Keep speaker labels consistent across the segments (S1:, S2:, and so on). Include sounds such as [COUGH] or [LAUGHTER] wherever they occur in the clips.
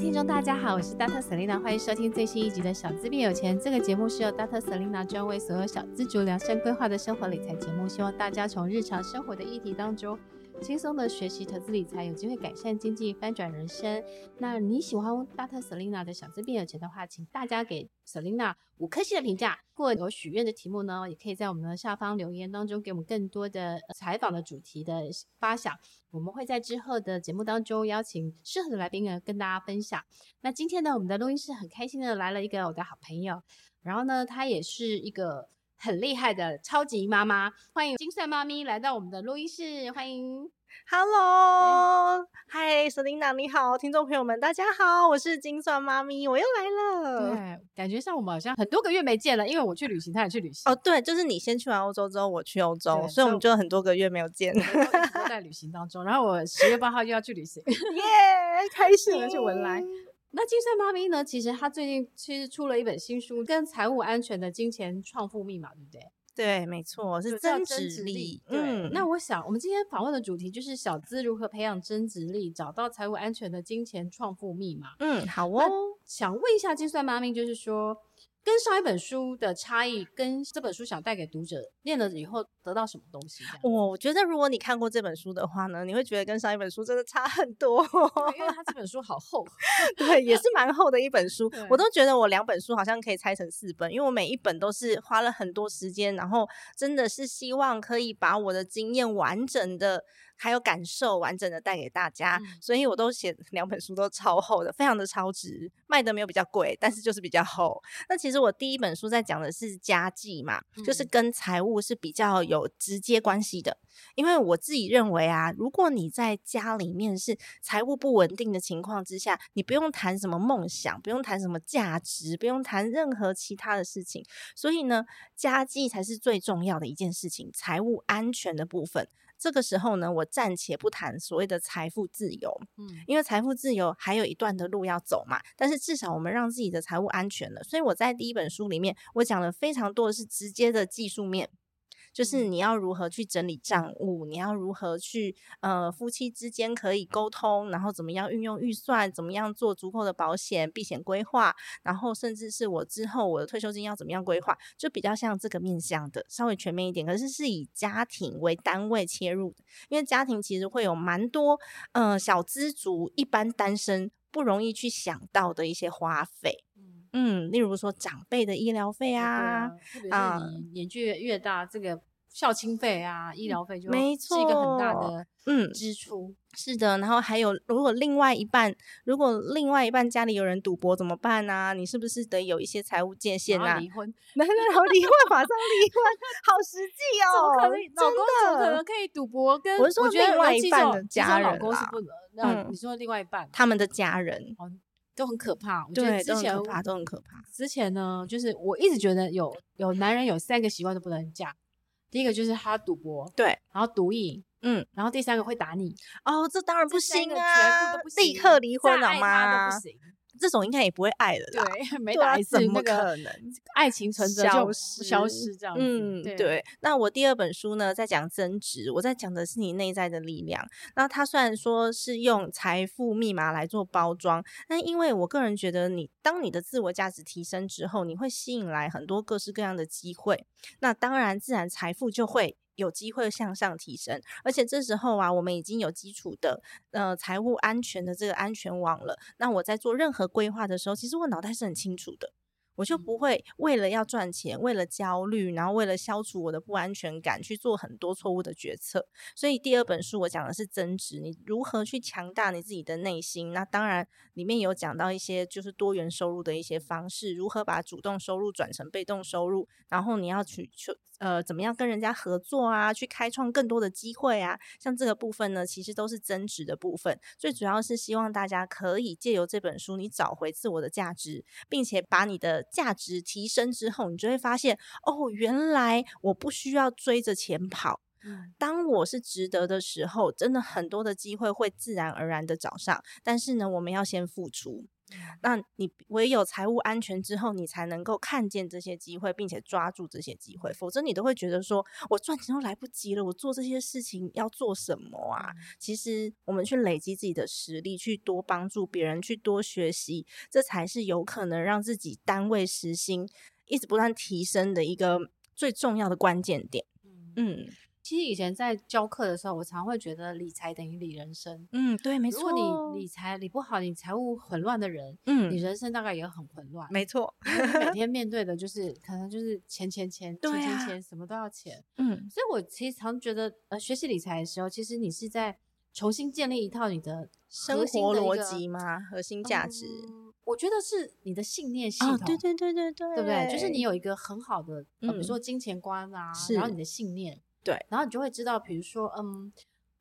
S1: 听众大家好，我是 Data Selina，欢迎收听最新一集的《小资变有钱》。这个节目是由 Data Selina 专为所有小资族量身规划的生活理财节目，希望大家从日常生活的议题当中轻松的学习投资理财，有机会改善经济，翻转人生。那你喜欢 Data Selina 的《小资变有钱》的话，请大家给 Selina 五颗星的评价。如果有许愿的题目呢，也可以在我们的下方留言当中给我们更多的呃采访的主题的发想。我们会在之后的节目当中邀请适合的来宾呢跟大家分享。那今天呢，我们的录音室很开心的来了一个我的好朋友，然后呢，她也是一个很厉害的超级妈妈，欢迎金算妈咪来到我们的录音室，欢迎。
S2: Hello，嗨，Selina，你好，听众朋友们，大家好，我是金算妈咪，我又来了。
S1: 对，感觉上我们好像很多个月没见了，因为我去旅行，她也去旅行。
S2: 哦，对，就是你先去完欧洲之后，我去欧洲
S1: 对，
S2: 所以我
S1: 所以
S2: 们就很多个月没有见， [LAUGHS] 耶
S1: 我们都一直都在旅行当中，然后我十月八号就要去旅行。 [LAUGHS]
S2: 开
S1: 是
S2: 心
S1: 的去文莱那金算妈咪呢？其实她最近其实出了一本新书，跟财务安全的金钱创富密码，对不对？
S2: 对，没错，是
S1: 就叫
S2: 增
S1: 增
S2: 值力。嗯
S1: 对，那我想我们今天访问的主题就是小资如何培养增值力，找到财务安全的金钱创富密码。
S2: 嗯，好
S1: 那
S2: 哦。
S1: 想问一下金算妈咪，就是说跟上一本书的差异，跟这本书想带给读者念了以后得到什么东
S2: [LAUGHS]
S1: 西？这样
S2: 我哦我觉得，如果你看过这本书的话呢，你会觉得跟上一本书真的差很多。
S1: 对因为它这本书好厚，
S2: 对，也是蛮厚的一本书
S1: [LAUGHS] 对。
S2: 我都觉得我两本书好像可以拆成四本，因为我每一本都是花了很多时间，然后真的是希望可以把我的经验完整的还有感受完整的带给大家，
S1: 嗯
S2: 所以我都写两本书都超厚的，非常的超值，卖的没有比较贵，但是就是比较厚。那其实我第一本书在讲的是家计嘛，就是
S1: 嗯
S2: 跟财务是比较有直接关系的。因为我自己认为啊，如果你在家里面是财务不稳定的情况之下，你不用谈什么梦想，不用谈什么价值，不用谈任何其他的事情。所以呢，家计才是最重要的一件事情，财务安全的部分。这个时候呢，我暂且不谈所谓的财富自由， [LAUGHS]
S1: 嗯
S2: 因为财富自由还有一段的路要走嘛。但是至少我们让自己的财务安全了。所以我在第一本书里面，我讲了非常多的是直接的技术面。就是
S1: 嗯
S2: 你要如何去整理账务，你要如何去呃夫妻之间可以沟通，然后怎么样运用预算，怎么样做足够的保险、避险规划，然后甚至是我之后我的退休金要怎么样规划，就比较像这个面向的，稍微全面一点。可是是以家庭为单位切入的，因为家庭其实会有蛮多呃小资族一般单身不容易去想到的一些花费，
S1: 嗯
S2: 嗯，例如说长辈的医疗费
S1: 对
S2: 啊，
S1: 啊，特别
S2: 啊
S1: 是你年纪越越大，这个孝亲费啊、医疗费就
S2: 没
S1: 是一个很大
S2: 错
S1: 的
S2: 嗯，
S1: 支出。
S2: 是的，然后还有，如果另外一半，如果另外一半家里有人赌博怎么办啊？你是不是得有一些财务界限
S1: 然后
S2: 啊？
S1: 离婚，
S2: [LAUGHS] 然后然后离婚，马上离婚，好实际
S1: [LAUGHS] 怎么
S2: 哦！
S1: 可能？老公怎么可
S2: 真
S1: 能
S2: 的？
S1: 可以赌博？跟
S2: 我是说
S1: 觉得
S2: 另外
S1: 尤
S2: 一
S1: 其这
S2: 半
S1: 种
S2: 的
S1: 其实
S2: 家
S1: 老
S2: 人
S1: 公是
S2: 啦
S1: 不能。那
S2: 嗯
S1: 你说另外一半
S2: 他们的家人，
S1: 都很可怕。我觉得
S2: 对，
S1: 之
S2: 都很
S1: 前
S2: 可怕，都很可怕。
S1: 之前呢，就是我一直觉得有有男人有三个习惯都不能嫁，第一个就是他赌博，
S2: 对，
S1: 然后毒瘾，
S2: 嗯，
S1: 然后第三个会打你，
S2: 哦，这当然不
S1: 这三
S2: 行
S1: 个
S2: 啊
S1: 全部都不，行
S2: 立刻离婚
S1: 再
S2: 好
S1: 爱他
S2: 吗
S1: 都不？
S2: [LAUGHS]
S1: 行。
S2: 这种应该也不会爱了啦。
S1: 对，每
S2: 对啊
S1: 打一次
S2: 怎么
S1: 那个
S2: 可能
S1: 爱情存折
S2: 消
S1: 就消失这样子。
S2: 嗯，
S1: 对，
S2: 对。那我第二本书呢，在讲增值，我在讲的是你内在的力量。那它虽然说是用财富密码来做包装，但因为我个人觉得你，当你的自我价值提升之后，你会吸引来很多各式各样的机会。那当然，自然财富就会。有机会向上提升，而且这时候啊，我们已经有基础的呃财务安全的这个安全网了。那我在做任何规划的时候，其实我脑袋是很清楚的，我就
S1: 嗯
S2: 不会为了要赚钱，为了焦虑，然后为了消除我的不安全感，去做很多错误的决策。所以第二本书我讲的是增值，你如何去强大你自己的内心。那当然里面有讲到一些就是多元收入的一些方式，如何把主动收入转成被动收入，然后你要去去呃怎么样跟人家合作啊，去开创更多的机会啊。像这个部分呢，其实都是增值的部分。最主要是希望大家可以借由这本书，你找回自我的价值，并且把你的价值提升之后，你就会发现，哦，原来我不需要追着钱跑。
S1: 嗯
S2: 当我是值得的时候，真的很多的机会会自然而然的找上。但是呢，我们要先付出。那你唯有财务安全之后，你才能够看见这些机会，并且抓住这些机会，否则你都会觉得说，我赚钱都来不及了，我做这些事情要做什么啊？其实我们去累积自己的实力，去多帮助别人，去多学习，这才是有可能让自己单位时薪一直不断提升的一个最重要的关键点。嗯
S1: 其实以前在教课的时候，我常会觉得理财等于理人生。
S2: 嗯，对，没
S1: 如
S2: 错。
S1: 果你理财理不好，你财务混乱的人，你
S2: 嗯，
S1: 人生大概也很混乱。
S2: 没错。
S1: 因为你
S2: [LAUGHS]
S1: 每天面对的就是可能就是钱钱钱钱
S2: 对
S1: 钱
S2: 啊
S1: 钱，什么都要钱。
S2: 嗯，
S1: 所以我其实常觉得，呃，学习理财的时候，其实你是在重新建立一套你的
S2: 生
S1: 核心
S2: 活
S1: 的一
S2: 逻
S1: 个
S2: 辑吗？核心价值。
S1: 嗯我觉得是你的信念系统，
S2: 哦，对对对对对，
S1: 对不对？就是你有一个很好的，呃、比如
S2: 嗯
S1: 说金钱观啊，
S2: 是
S1: 然后你的信念，
S2: 对，
S1: 然后你就会知道，比如说，嗯，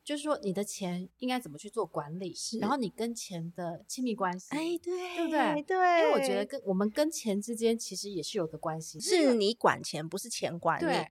S1: 就是说你的钱应该怎么去做管理，然后你跟钱的亲密关系，
S2: 哎，对，
S1: 不对
S2: 对，
S1: 因为我觉得跟我们跟钱之间其实也是有个关系，
S2: 是你管钱，不是钱管你。
S1: 对，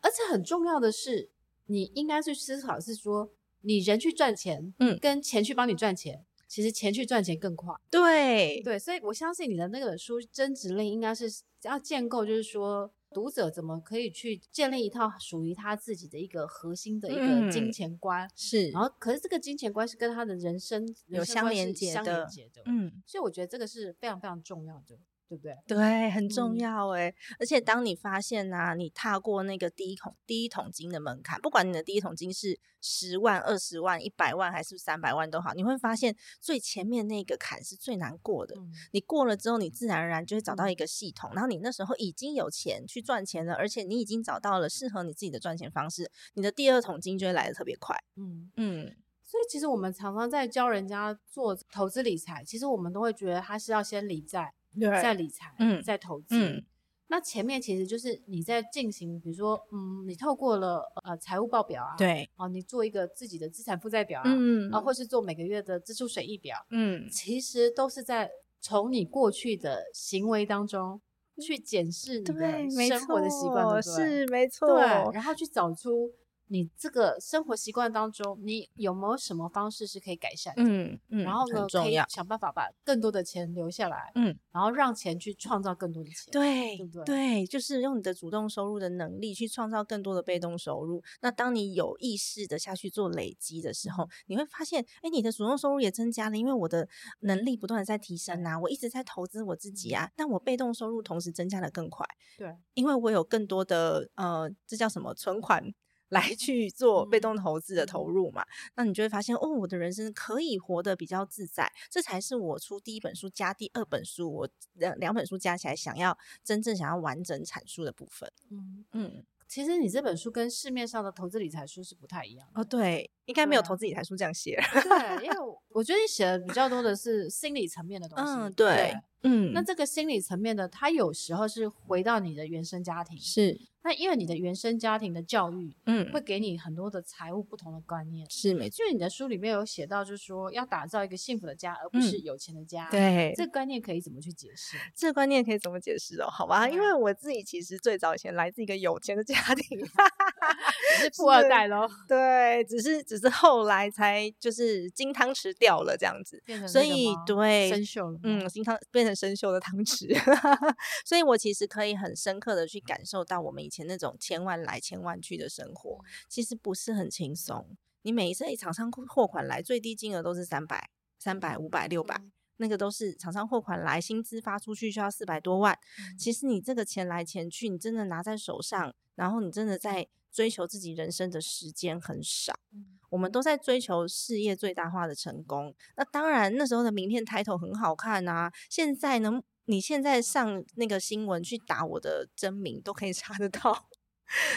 S1: 而且很重要的是，你应该去思考是说，你人去赚钱，
S2: 嗯
S1: 跟钱去帮你赚钱，其实钱去赚钱更快。
S2: 对，
S1: 对，所以我相信你的那本书《增值令》应该是要建构，就是说读者怎么可以去建立一套属于他自己的一个核心的一个金
S2: 嗯
S1: 钱观，
S2: 是，
S1: 然后可是这个金钱观是跟他的人生人
S2: 有
S1: 生
S2: 相
S1: 观
S2: 连
S1: 是
S2: 结
S1: 相
S2: 的
S1: 连接的，
S2: 嗯，
S1: 所以我觉得这个是非常非常重要的，对不对？
S2: 对，很重
S1: 嗯
S2: 要哎、而且当你发现呐、你踏过那个第一桶第一桶金的门槛，不管你的第一桶金是十万、二十万、一百万还是三百万都好，你会发现最前面那个坎是最难过的。
S1: 嗯，
S2: 你过了之后，你自然而然就会找到
S1: 嗯
S2: 一个系统，然后你那时候已经有钱去赚钱了，而且你已经找到了适合你自己的赚钱方式，你的第二桶金就会来的特别快。
S1: 嗯
S2: 嗯，
S1: 所以其实我们常常在教人家做投资理财，其实我们都会觉得他是要先理债，再
S2: 对，
S1: 理财，
S2: 嗯
S1: 再投资。
S2: 嗯，
S1: 那前面其实就是你在进行，比如说，嗯，你透过了呃财务报表啊，，
S2: 对，
S1: 哦，你做一个自己的资产负债表啊，
S2: 嗯
S1: 啊，或是做每个月的支出损益表，
S2: 嗯，
S1: 其实都是在从你过去的行为当中去检视你
S2: 对，没
S1: 的生活的习惯，对
S2: 错
S1: 不对
S2: 是没错，
S1: 对，然后去找出你这个生活习惯当中，你有没有什么方式是可以改善的？
S2: 嗯嗯，
S1: 然后呢
S2: 很，重
S1: 可以
S2: 要，
S1: 想办法把更多的钱留下来，
S2: 嗯，
S1: 然后让钱去创造更多的钱。
S2: 对
S1: 对不对
S2: 就是用你的主动收入的能力去创造更多的被动收入。那当你有意识的下去做累积的时候，你会发现，哎，你的主动收入也增加了，因为我的能力不断的在提升啊，我一直在投资我自己啊，但我被动收入同时增加的更快，
S1: 嗯对，
S2: 因为我有更多的呃，这叫什么存款。来去做被
S1: 嗯
S2: 动投资的投
S1: 嗯
S2: 入嘛，那你就会发现哦，我的人生可以活得比较自在，这才是我出第一本书加第二本书，我两两本书加起来想要真正想要完整阐述的部分。
S1: 嗯，
S2: 嗯，
S1: 其实你这本书跟市面上的投资理财书是不太一样的。
S2: 哦对，嗯应该没
S1: [LAUGHS] 对
S2: 有
S1: 啊
S2: 投资理财书这样写。 [LAUGHS]
S1: 对，因为我我觉得你写的比较多的是心理层面的东西。
S2: 嗯，对，嗯，
S1: 那这个心理层面的，它有时候是回到你的原生家庭，
S2: 是，
S1: 那因为你的原生家庭的教育
S2: 嗯，
S1: 会给你很多的财务不同的观念。
S2: 是没错，
S1: 就是你的书里面有写到，就是说要打造一个幸福的家，而不
S2: 嗯
S1: 是有钱的家。，
S2: 对，
S1: 这个观念可以怎么去解释？
S2: 这观念可以怎么解释哦？好吧，因
S1: 对
S2: 为我自己其实最早以前来自一个有钱的家 [LAUGHS] 庭，
S1: 你是
S2: 是
S1: 富二代喽，
S2: 对，只是只是后来才就是金汤匙掉了这样子，
S1: 变成
S2: 所
S1: 那个
S2: 以
S1: 吗
S2: 对
S1: 生锈了。
S2: 嗯，，金汤变成生锈的汤匙， [LAUGHS] 所以我其实可以很深刻的去感受到我们以前那种千万来千万去的生活，其实不是很轻松。你每一次诶厂商货款来，最低金额都是三百、三百、五百、六百，
S1: 嗯
S2: 那个都是厂商货款来，薪资发出去需要四百多万。其实你这个钱来钱去，你真的拿在手上，然后你真的在追求自己人生的时间很少。
S1: 嗯
S2: 我们都在追求事业最大化的成功。那当然，那时候的名片 title 很好看啊。现在呢，你现在上那个新闻去打我的真名，都可以 [LAUGHS] 查得到。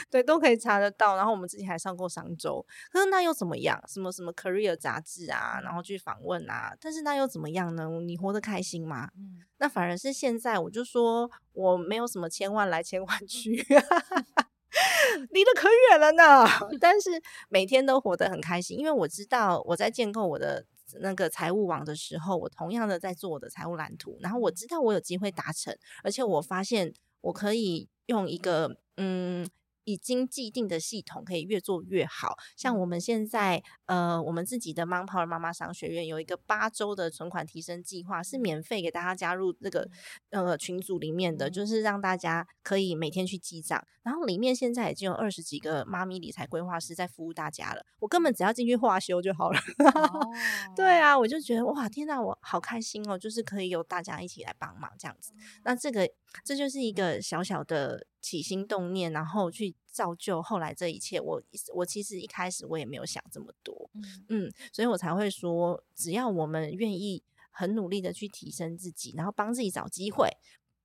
S2: 对，都可以查得到。然后我们之前还上过商周，可是那又怎么样？什么什么 Career 杂志啊，然后去访问啊，但是那又怎么样呢？你活得开心吗？
S1: 嗯，
S2: 那反而是现在，我就说我没有什么千万来千万去，离得可远了呢。但是每天都活得很开心，因为我知道我在建构我的那个财务网的时候，我同样的在做我的财务蓝图，然后我知道我有机会达成，而且我发现我可以用一个嗯已经既定的系统可以越做越好。像我们现在呃，我们自己的 Manpower 妈妈商学院有一个八周的存款提升计划，是免费给大家加入这个呃群组里面的，就是让大家可以每天去记账。然后里面现在已经有二十几个妈咪理财规划师在服务大家了，我根本只要进去画修就好了。
S1: 哦
S2: [LAUGHS] 对啊，我就觉得哇，天呐，我好开心哦，就是可以有大家一起来帮忙这样子。那这个这就是一个小小的起心动念，然后去造就后来这一切。我我其实一开始我也没有想这么多，
S1: 嗯
S2: 嗯，所以我才会说，只要我们愿意很努力的去提升自己，然后帮自己找机会，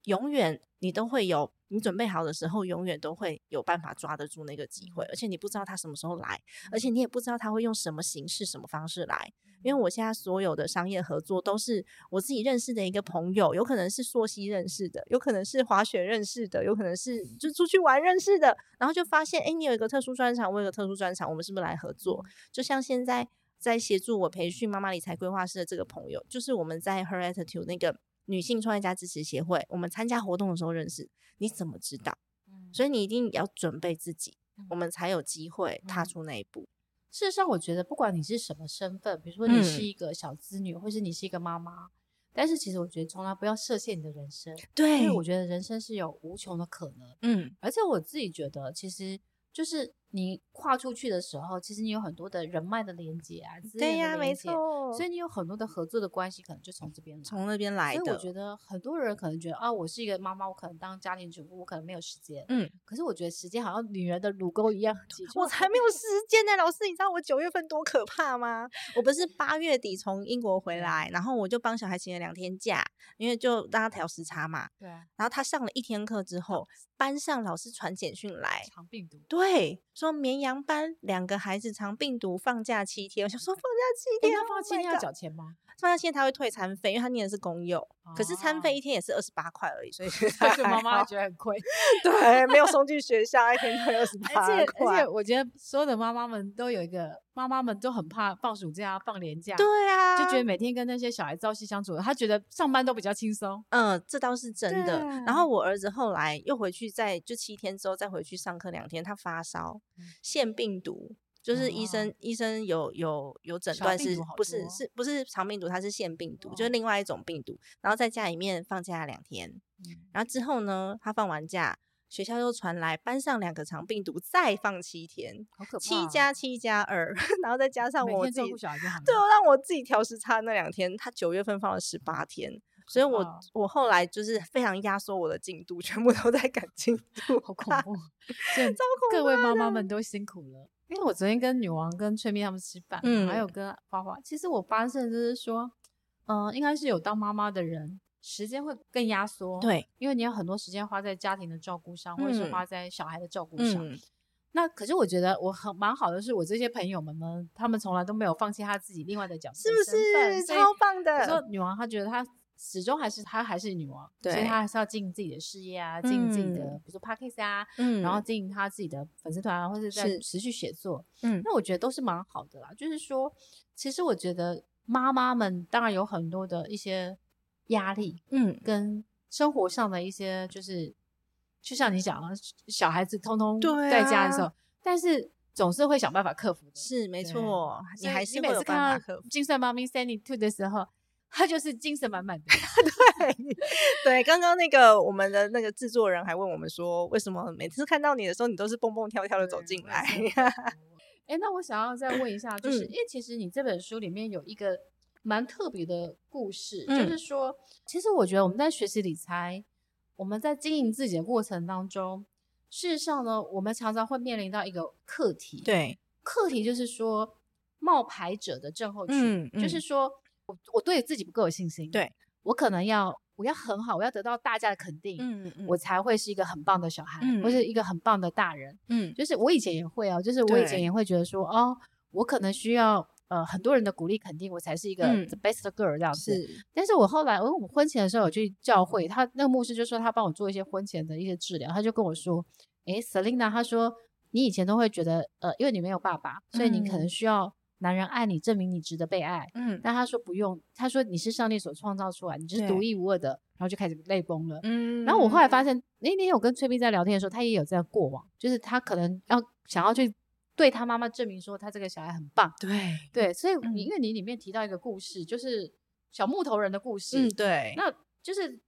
S2: 永远你都会有。你准备好的时候，永远都会有办法抓得住那个机会，而且你不知道他什么时候来，而且你也不知道他会用什么形式、什么方式来。因为我现在所有的商业合作都是我自己认识的一个朋友，有可能是溯溪认识的，有可能是滑雪认识的，有可能是就出去玩认识的，然后就发现，哎，你有一个特殊专场，我有一个特殊专场，我们是不是来合作？就像现在在协助我培训妈妈理财规划师的这个朋友，就是我们在 Her Attitude 那个女性创业家支持协会，我们参加活动的时候认识。你怎么知道？
S1: 嗯
S2: 所以你一定要准备自己，我们才有机会
S1: 嗯
S2: 踏出那一步。
S1: 事实上，我觉得不管你是什么身份，比如说你是
S2: 嗯
S1: 一个小资女，或是你是一个妈妈，但是其实我觉得从来不要设限你的人生，因
S2: 对
S1: 为我觉得人生是有无穷的可能。
S2: 嗯，
S1: 而且我自己觉得，其实就是你跨出去的时候，其实你有很多的人脉的连接啊，资
S2: 对
S1: 源
S2: 呀、
S1: 的
S2: 没
S1: 连接，
S2: 错。
S1: 所以你有很多的合作的关系，可能就从这边来。
S2: 从那边来
S1: 所以
S2: 的，
S1: 我觉得很多人可能觉得啊，我是一个妈妈，我可能当家庭主妇，我可能没有时间。
S2: 嗯，
S1: 可是我觉得时间好像女人的乳沟一样， [LAUGHS] 挤出
S2: 我
S1: 来
S2: 才没有时间呢、老师，你知道我九月份多可怕吗？我不是八月底从英国回来，然后我就帮小孩请了两天假，因为就让他调时差嘛。
S1: 对啊，
S2: 然后他上了一天课
S1: 嗯
S2: 之后，班上老师传简讯来，
S1: 肠病毒。
S2: 对，说绵羊班两个孩子长病毒放假七天。我想说放假七
S1: 诶
S2: 天
S1: 那
S2: ，Oh
S1: 放
S2: my
S1: 七天要
S2: god
S1: 缴钱吗？
S2: 放假七天他会退餐费，因为他念的是公幼，可是餐费
S1: 哦
S2: 一天也是二十八块而已，所以所
S1: [LAUGHS] 所以妈妈觉得很 [LAUGHS] 亏，
S2: 对没有送去学校，一天退二十八
S1: [LAUGHS] 而且
S2: 块。
S1: 而且我觉得所有的妈妈们都有一个，妈妈们都很怕放暑假、放年假，
S2: 对啊，
S1: 就觉得每天跟那些小孩朝夕相处，她觉得上班都比较轻松。
S2: 嗯，这倒是真的。然后
S1: 对
S2: 我儿子后来又回去再，就七天之后再回去上课两天，他发烧
S1: 嗯，哦
S2: 腺病毒，就是医生、医生有有有诊
S1: 小
S2: 断
S1: 病
S2: 是
S1: 毒好
S2: 不是
S1: 多
S2: 是不是肠病毒，它是腺病毒，就
S1: 哦
S2: 是另外一种病毒。然后在家里面放假两天，
S1: 嗯
S2: 然后之后呢，他放完假，学校又传来班上两个肠病毒再放七天，
S1: 好可怕！哦
S2: 七加七加二， [LAUGHS] 然后再加上
S1: 每
S2: 我
S1: 天
S2: 自
S1: 照
S2: 己
S1: 顾小孩就好
S2: 对
S1: 了
S2: 哦，让我自己调时差那两天，他九月份放了十八天，所以
S1: 怕
S2: 我我后来就是非常压缩我的进度，全部都在赶进度，
S1: [LAUGHS] 好恐怖！所以
S2: 超恐
S1: 各位妈妈们都辛苦了。因为我昨天跟女王、跟翠蜜他们吃饭，
S2: 嗯
S1: 还有跟花花，其实我发现就是说，嗯、应该是有当妈妈的人，时间会更压缩。
S2: 怖。，对，
S1: 因为你有很多时间花在家庭的照顾上，或者是
S2: 嗯
S1: 花在小孩的照顾上。
S2: 嗯，
S1: 那可是我觉得我很蛮好的是，我这些朋友们呢，他们从来都没有放弃他自己另外的角色，
S2: 是不是超棒
S1: 你说
S2: 的？
S1: 女王，她觉得她始终还是她还是女王，所以
S2: 对
S1: 她还是要经营自己的事业啊，经营自己的
S2: 嗯
S1: 比如说 p a c k a g e 啊，
S2: 嗯
S1: 然后经营她自己的粉丝团啊，或者在
S2: 是
S1: 持续写作。
S2: 嗯
S1: 那我觉得都是蛮好的啦。就是说，其实我觉得妈妈们当然有很多的一些压力，
S2: 嗯，
S1: 跟生活上的一些，就是就像你讲的，小孩子通通
S2: 对
S1: 在家的时候，
S2: 啊
S1: 但是总是会想办法克服的。
S2: 是没
S1: 对
S2: 错，
S1: 所
S2: 你
S1: 以
S2: 还是
S1: 每
S2: 会
S1: 次
S2: 有办
S1: 看
S2: 法克
S1: 到
S2: 服。
S1: 精算妈咪 Sandy Two 的时候，她就是精神满满的。
S2: 对，刚刚那个我们的那个制作人还问我们说，为什么每次看到你的时候，你都是蹦蹦跳跳的走进
S1: [LAUGHS]
S2: 来？ [LAUGHS]
S1: 哎，那我想要再问一下，就是、因
S2: 嗯
S1: 为其实你这本书里面有一个蛮特别的故事，
S2: 嗯
S1: 就是说，其实我觉得我们在学习理财，我们在经营自己的过程当中，事实上呢，我们常常会面临到一个课题，，
S2: 对，
S1: 课题就是说冒牌者的症候群，
S2: 嗯
S1: 就是
S2: 嗯
S1: 说我我对自己不够有信心，
S2: 对
S1: 我可能要我要很好，我要得到大家的肯定，
S2: [LAUGHS] 嗯
S1: 我才会是一个很棒的小孩，或
S2: 嗯
S1: 是一个很棒的大人。
S2: 嗯
S1: 就是我以前也会啊，就是我以前
S2: 对
S1: 也会觉得说，哦，我可能需要呃很多人的鼓励肯定，我才是一个
S2: 嗯
S1: the best girl 这样子。
S2: 是，
S1: 但是我后来，因为嗯我婚前的时候有去教会，他那个牧师就说他帮我做一些婚前的一些治疗，他就跟我说，诶 s e l i n a 他说你以前都会觉得，呃，因为你没有爸爸，所以你可能需要男人爱你，证明你值得被爱。
S2: 嗯
S1: 但他说不用，他说你是上帝所创造出来，你就是
S2: 对
S1: 独一无二的，然后就开始泪崩了。
S2: 嗯
S1: 然后我后来发现，那那天我跟崔碧在聊天的时候，他也有这样过往，就是他可能要想要去对他妈妈证明说他这个小孩很棒，
S2: 对，
S1: 对，所以你
S2: 嗯
S1: 因为你里面提到一个故事，就是小木头人的故事，
S2: 嗯对。
S1: 那就是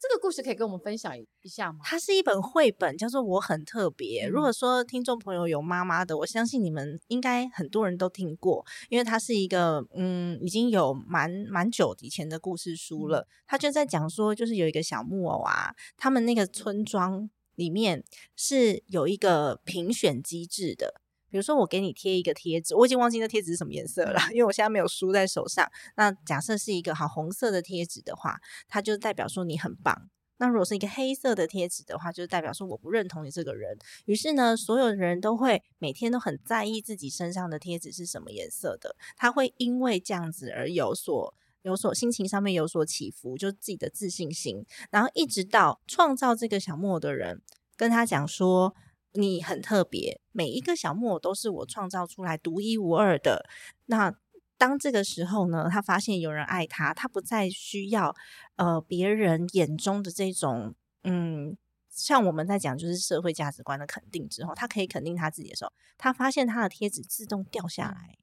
S1: 这个故事可以跟我们分享一一下吗？
S2: 它是一本绘本，叫做《我很特别》。如果说听众朋友有妈妈的，我相信你们应该很多人都听过，因为它是一个嗯，已经有蛮蛮久以前的故事书了。它就在讲说，就是有一个小木偶啊，他们那个村庄里面是有一个评选机制的。比如说，我给你贴一个贴纸，我已经忘记那贴纸是什么颜色了，因为我现在没有书在手上。那假设是一个好红色的贴纸的话，它就代表说你很棒。那如果是一个黑色的贴纸的话，就是代表说我不认同你这个人。于是呢，所有人都会每天都很在意自己身上的贴纸是什么颜色的，他会因为这样子而有所。有所心情上面有所起伏，就自己的自信心，然后一直到创造这个小木偶的人跟他讲说：“你很特别，每一个小木偶都是我创造出来独一无二的。”那当这个时候呢，他发现有人爱他，他不再需要呃别人眼中的这种嗯，像我们在讲就是社会价值观的肯定之后，他可以肯定他自己的时候，他发现他的贴纸自动掉下来，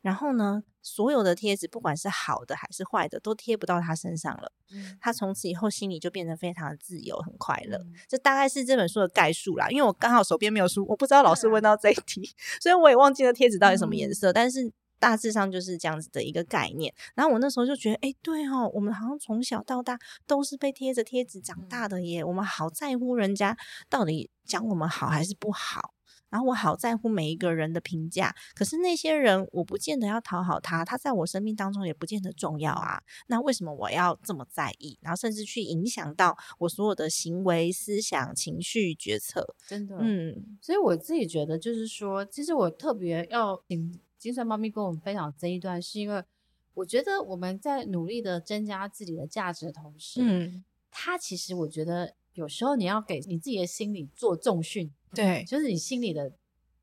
S2: 然后呢，所有的贴纸不管是好的还是坏的，都贴不到他身上了。
S1: 嗯
S2: 他从此以后心里就变得非常的自由，很快乐。
S1: 嗯
S2: 这大概是这本书的概述啦。因为我刚好手边没有书，我不知道老师问到这一题，所以我也忘记了贴纸到底什么颜色，但是。大致上就是这样子的一个概念。然后我那时候就觉得，哎、对哦，我们好像从小到大都是被贴着贴纸长大的耶。我们好在乎人家到底讲我们好还是不好，然后我好在乎每一个人的评价。可是那些人，我不见得要讨好他，他在我生命当中也不见得重要啊。那为什么我要这么在意？然后甚至去影响到我所有的行为、思想、情绪、决策。
S1: 真的，
S2: 嗯，
S1: 所以我自己觉得，就是说，其实我特别要请金算猫咪跟我们分享这一段，是因为我觉得我们在努力的增加自己的价值的同时，，
S2: 嗯，
S1: 它其实我觉得有时候你要给你自己的心理做重训，
S2: 对，
S1: 就是你心里的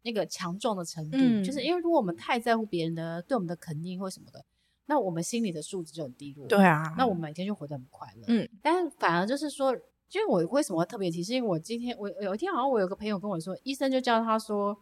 S1: 那个强壮的程度，就是
S2: 嗯
S1: 因为如果我们太在乎别人的对我们的肯定或什么的，那我们心里的素质就很低落，
S2: 对啊。
S1: 那我们每天就活得很快乐。
S2: 嗯，
S1: 但反而就是说，因为我为什么会特别提，是因为我今天我有一天好像我有个朋友跟我说，医生就叫他说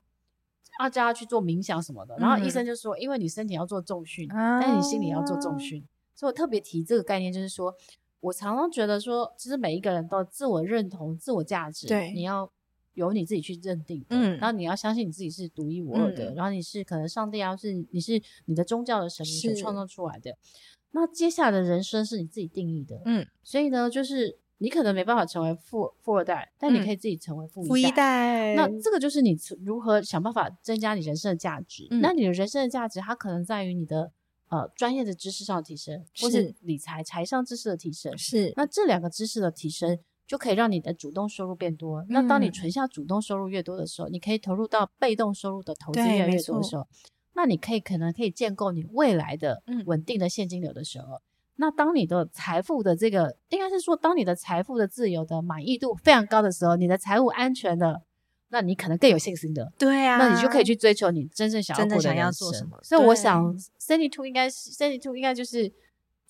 S1: 要叫他去做冥想什么的，然后医生就说，因为你身体要做重训，但你心里要做重
S2: 嗯啊
S1: 训，所以我特别提这个概念，就是说我常常觉得说，其实每一个人都有自我认同、自我价值，
S2: 对
S1: 你要。由你自己去认定的，
S2: 嗯
S1: 然后你要相信你自己是独一无二的，
S2: 嗯
S1: 然后你是可能上帝啊，是你是你的宗教的神明所
S2: 是
S1: 创造出来的，那接下来的人生是你自己定义的，
S2: 嗯，
S1: 所以呢，就是你可能没办法成为富富二代，但你
S2: 嗯
S1: 可以自己成为富
S2: 富一代，
S1: 那这个就是你从如何想办法增加你人生的价值。
S2: 嗯
S1: 那你的人生的价值，它可能在于你的呃专业的知识上的提升，或是
S2: 是
S1: 理财财商知识的提升。
S2: 是
S1: 那这两个知识的提升，就可以让你的主动收入变多。那当你
S2: 嗯
S1: 存下主动收入越多的时候，你可以投入到被动收入的投资
S2: 对
S1: 越来
S2: 没
S1: 越多的时候，那你可以可能可以建构你未来的
S2: 嗯
S1: 稳定的现金流的时候。那当你的财富的这个，应该是说，当你的财富的自由的满意度非常高的时候，你的财务安全的，那你可能更有信心的，
S2: 对啊，
S1: 那你就可以去追求你真正想要
S2: 真的
S1: 过的
S2: 想要
S1: 人
S2: 做什
S1: 生
S2: 么
S1: 所以我
S2: 对
S1: 想，Sandy Two 应该是 Sandy Two 应该就是，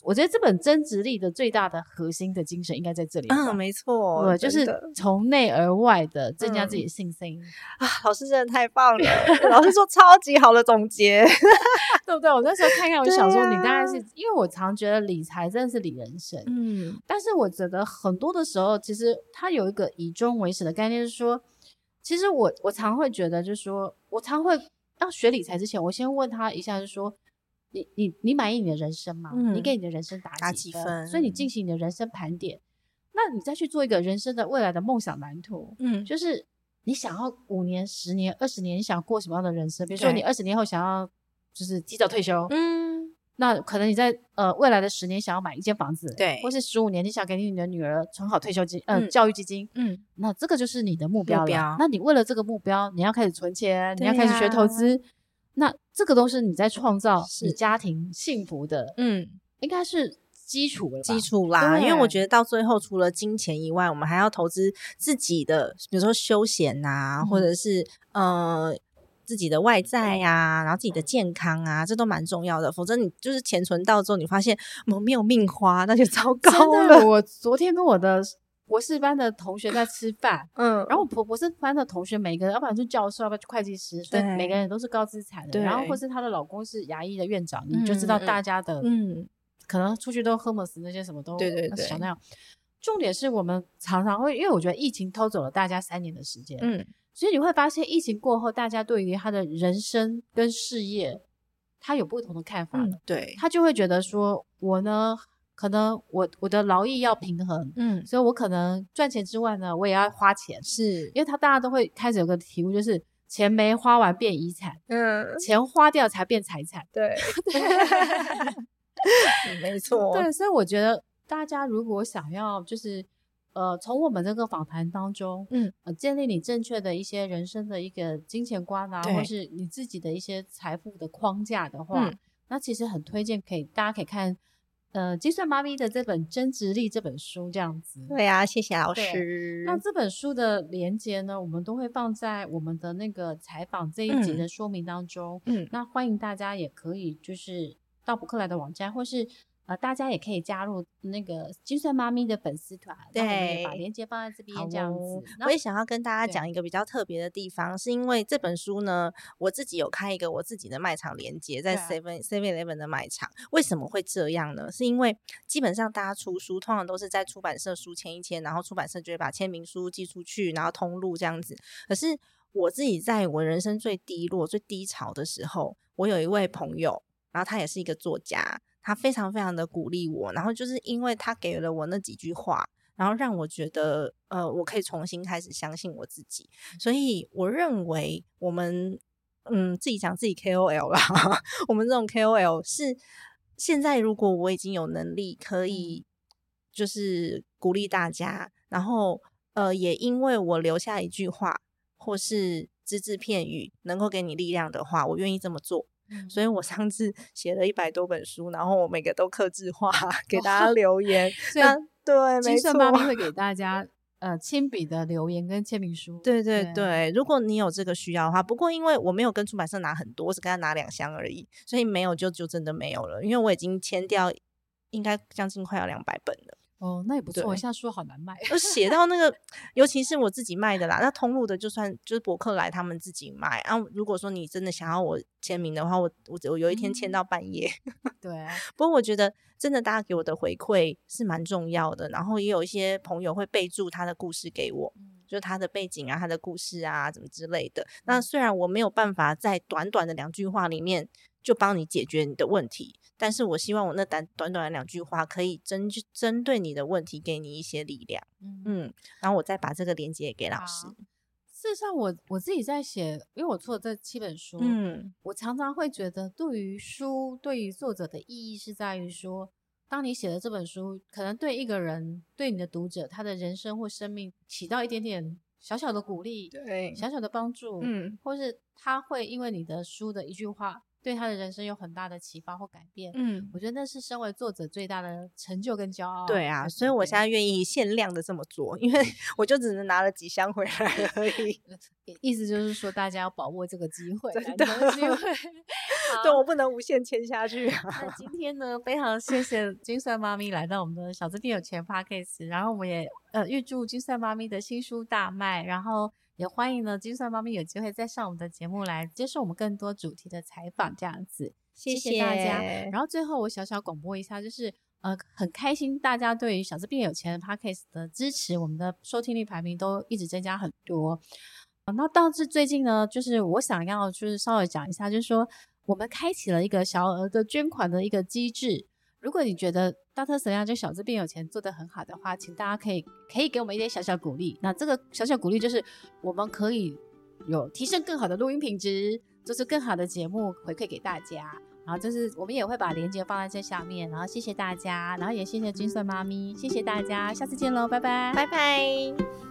S1: 我觉得这本增值力的最大的核心的精神应该在这里了吧。
S2: 嗯，没错，
S1: 对，就
S2: 真
S1: 是
S2: 的
S1: 从内而外的增加自己
S2: 嗯
S1: 的信心， [LAUGHS]
S2: 啊，老师真的太棒了， [LAUGHS] 老师做超级好的总结，
S1: 对不对？我那时候看看，我就想说，
S2: 对
S1: 你当然
S2: 啊
S1: 是、因为我常觉得理财真的是理人生，
S2: [LAUGHS] 嗯，
S1: 但是我觉得很多的时候，其实它有一个以终为始的概念，就是说，其实我我常会觉得，就是说我常会要学理财之前，我先问他一下，就是说，你你你满意你的人生吗？你
S2: 嗯
S1: 给你的人生打
S2: 打
S1: 几
S2: 几分
S1: 所以你进行你的人生盘点，那你再去做一个人生的未来的梦想蓝图，
S2: 嗯，
S1: 就是你想要五年、十年、二十年，你想过什么样的人生？比如说
S2: 对
S1: 你二十年后想要就是提早退休，
S2: 嗯，
S1: 那可能你在呃未来的十年想要买一间房子，
S2: 对
S1: 或是十五年你想给你的女儿存好退休金，呃，
S2: 嗯
S1: 教育基金，
S2: 嗯，
S1: 那这个就是你的目标了。
S2: 标
S1: 那你为了这个目标，你要开始存钱，你
S2: 对
S1: 要开始学投
S2: 呀
S1: 资，那这个都是你在创造你
S2: 是
S1: 家庭幸福的，
S2: 嗯，
S1: 应该是基础了吧？
S2: 基础啦，因为我
S1: 对
S2: 觉得到最后，除了金钱以外，我们啊还要投资自己的，比如说休闲呐、
S1: 嗯
S2: 或者是呃自己的外在呀、然后自己的健康啊，这都蛮重要的。否则你就是钱存到之后，你发现我没有命花，那就糟糕
S1: 真
S2: 了。
S1: 的，我昨天跟我的博士班的同学在吃饭，
S2: 嗯，
S1: 然后我博博士班的同学每个人，要不然就教授，要不然就会计师，所以
S2: 对
S1: 每个人都是高资产的。
S2: 对
S1: 然后或是她的老公是牙医的院长，你就知道
S2: 嗯嗯
S1: 大家的
S2: 嗯，
S1: 可能出去都喝摩斯那些什么都呃
S2: 对对对
S1: 想那样。重点是我们常常会，因为我觉得疫情偷走了大家三年的时间，
S2: 嗯，
S1: 所以你会发现疫情过后，大家对于他的人生跟事业，他有不同的看法了。
S2: 嗯，对，
S1: 他就会觉得说，我呢，可能我我的劳逸要平衡，
S2: 嗯，
S1: 所以我可能赚钱之外呢，我也要花钱，
S2: 是，
S1: 因为他大家都会开始有个体悟，就是钱没花完变遗产，
S2: 嗯，
S1: 钱花掉才变财产。
S2: [LAUGHS] 对， [LAUGHS] 没错，
S1: 对，所以我觉得大家如果想要就是。呃，从我们这个访谈当中，
S2: 嗯，
S1: 呃，建立你正确的一些人生的一个金钱观啊，或
S2: 对
S1: 是你自己的一些财富的框架的话，
S2: 嗯
S1: 那其实很推荐可以大家可以看，呃，金算妈咪的这本《增值力》这本书这样子。
S2: 对啊，谢谢老
S1: 对
S2: 师。
S1: 那这本书的连接呢，我们都会放在我们的那个采访这一集
S2: 嗯
S1: 的说明当中。
S2: 嗯
S1: 那欢迎大家也可以就是到博客来的网站，或是呃，大家也可以加入那个金算妈咪的粉丝团。那我们也把
S2: 对
S1: 链接放在这
S2: 好
S1: 边这样
S2: 哦
S1: 子。那
S2: 我也想要跟大家
S1: 对
S2: 讲一个比较特别的地方，是因为这本书呢，我自己有开一个我自己的卖场连接，在
S1: 对啊
S2: Seven Seven Eleven 的卖场。为什么会这样呢？是因为基本上大家出书通常都是在出版社书签一签，然后出版社就会把签名书寄出去，然后通路这样子。可是我自己在我人生最低落、最低潮的时候，我有一位朋友，然后他也是一个作家，他非常非常的鼓励我，然后就是因为他给了我那几句话，然后让我觉得，呃，我可以重新开始相信我自己。所以我认为我们，嗯，自己讲自己 KOL 啦， [LAUGHS] 我们这种 KOL 是现在如果我已经有能力可
S1: 嗯
S2: 以，就是鼓励大家，然后呃，也因为我留下一句话或是只字片语能够给你力量的话，我愿意这么做。
S1: 嗯
S2: 所以我上次 [LAUGHS] 写了一百多本书，然后我每个都刻制化 [LAUGHS] 给大家留言。
S1: 哦所以
S2: 那对，没
S1: 金
S2: 错
S1: 算，妈咪会给大家呃亲笔的留言跟签名书。
S2: [LAUGHS] 对对
S1: 对
S2: 对如果你有这个需要的话，不过因为我没有跟出版社拿很多，我只跟他拿两箱而已，所以没有就就真的没有了，因为我已经签掉。应该将近快要两百本了，
S1: 哦，那也不错，
S2: 对
S1: 现在书好难卖。啊
S2: 我写到那个，尤其是我自己卖的啦。那通路的就算就是博客来他们自己卖啊。如果说你真的想要我签名的话，我我我有一天签
S1: 嗯
S2: 到半夜， [LAUGHS]
S1: 对，啊
S2: 不过我觉得真的大家给我的回馈是蛮重要的，然后也有一些朋友会备注他的故事给我，
S1: 嗯
S2: 就是他的背景啊、他的故事啊、怎么之类的。那虽然我没有办法在短短的两句话里面就帮你解决你的问题，但是我希望我那短短短的两句话可以针针对你的问题给你一些力量。
S1: 嗯
S2: 嗯，然后我再把这个连接给老师
S1: 好。事实上我，我自己在写，因为我出了这七本书，
S2: 嗯，
S1: 我常常会觉得，对于书，对于作者的意义是在于说，当你写的这本书，可能对一个人，对你的读者，他的人生或生命起到一点点小小的鼓励，
S2: 对
S1: 小小的帮助，
S2: 嗯
S1: 或是他会因为你的书的一句话，对他的人生有很大的启发或改变。
S2: 嗯，
S1: 我觉得那是身为作者最大的成就跟骄傲。
S2: 对啊，所以我现在愿意限量的这么做，因
S1: 嗯
S2: 为 [LAUGHS] 我就只能拿了几箱回来而已。
S1: 在意思就是说，大家要把握这个机会，
S2: 真
S1: 难
S2: 的
S1: 得机会。好
S2: 对，我不能无限签下去啊。
S1: 那今天呢，非常谢谢金算妈咪来到我们的小资店有钱 podcast，然后我们也呃预祝金算妈咪的新书大卖，然后也欢迎呢金算妈咪有机会再上我们的节目来接受我们更多主题的采访，这样子。
S2: 谢
S1: 谢大家
S2: 谢
S1: 然后最后我小小广播一下，就是呃很开心大家对于小资变有钱的 podcast 的支持，我们的收听率排名都一直增加很多。啊那到至最近呢，就是我想要就是稍微讲一下，就是说我们开启了一个小额的捐款的一个机制。如果你觉得大特神量这小资变有钱做得很好的话，请大家可以可以给我们一点小小鼓励。那这个小小鼓励就是我们可以有提升更好的录音品质，做出更好的节目回馈给大家。然后就是我们也会把链接放在这下面，然后谢谢大家，然后也谢谢金算妈咪，谢谢大家，下次见喽，拜拜，
S2: 拜拜。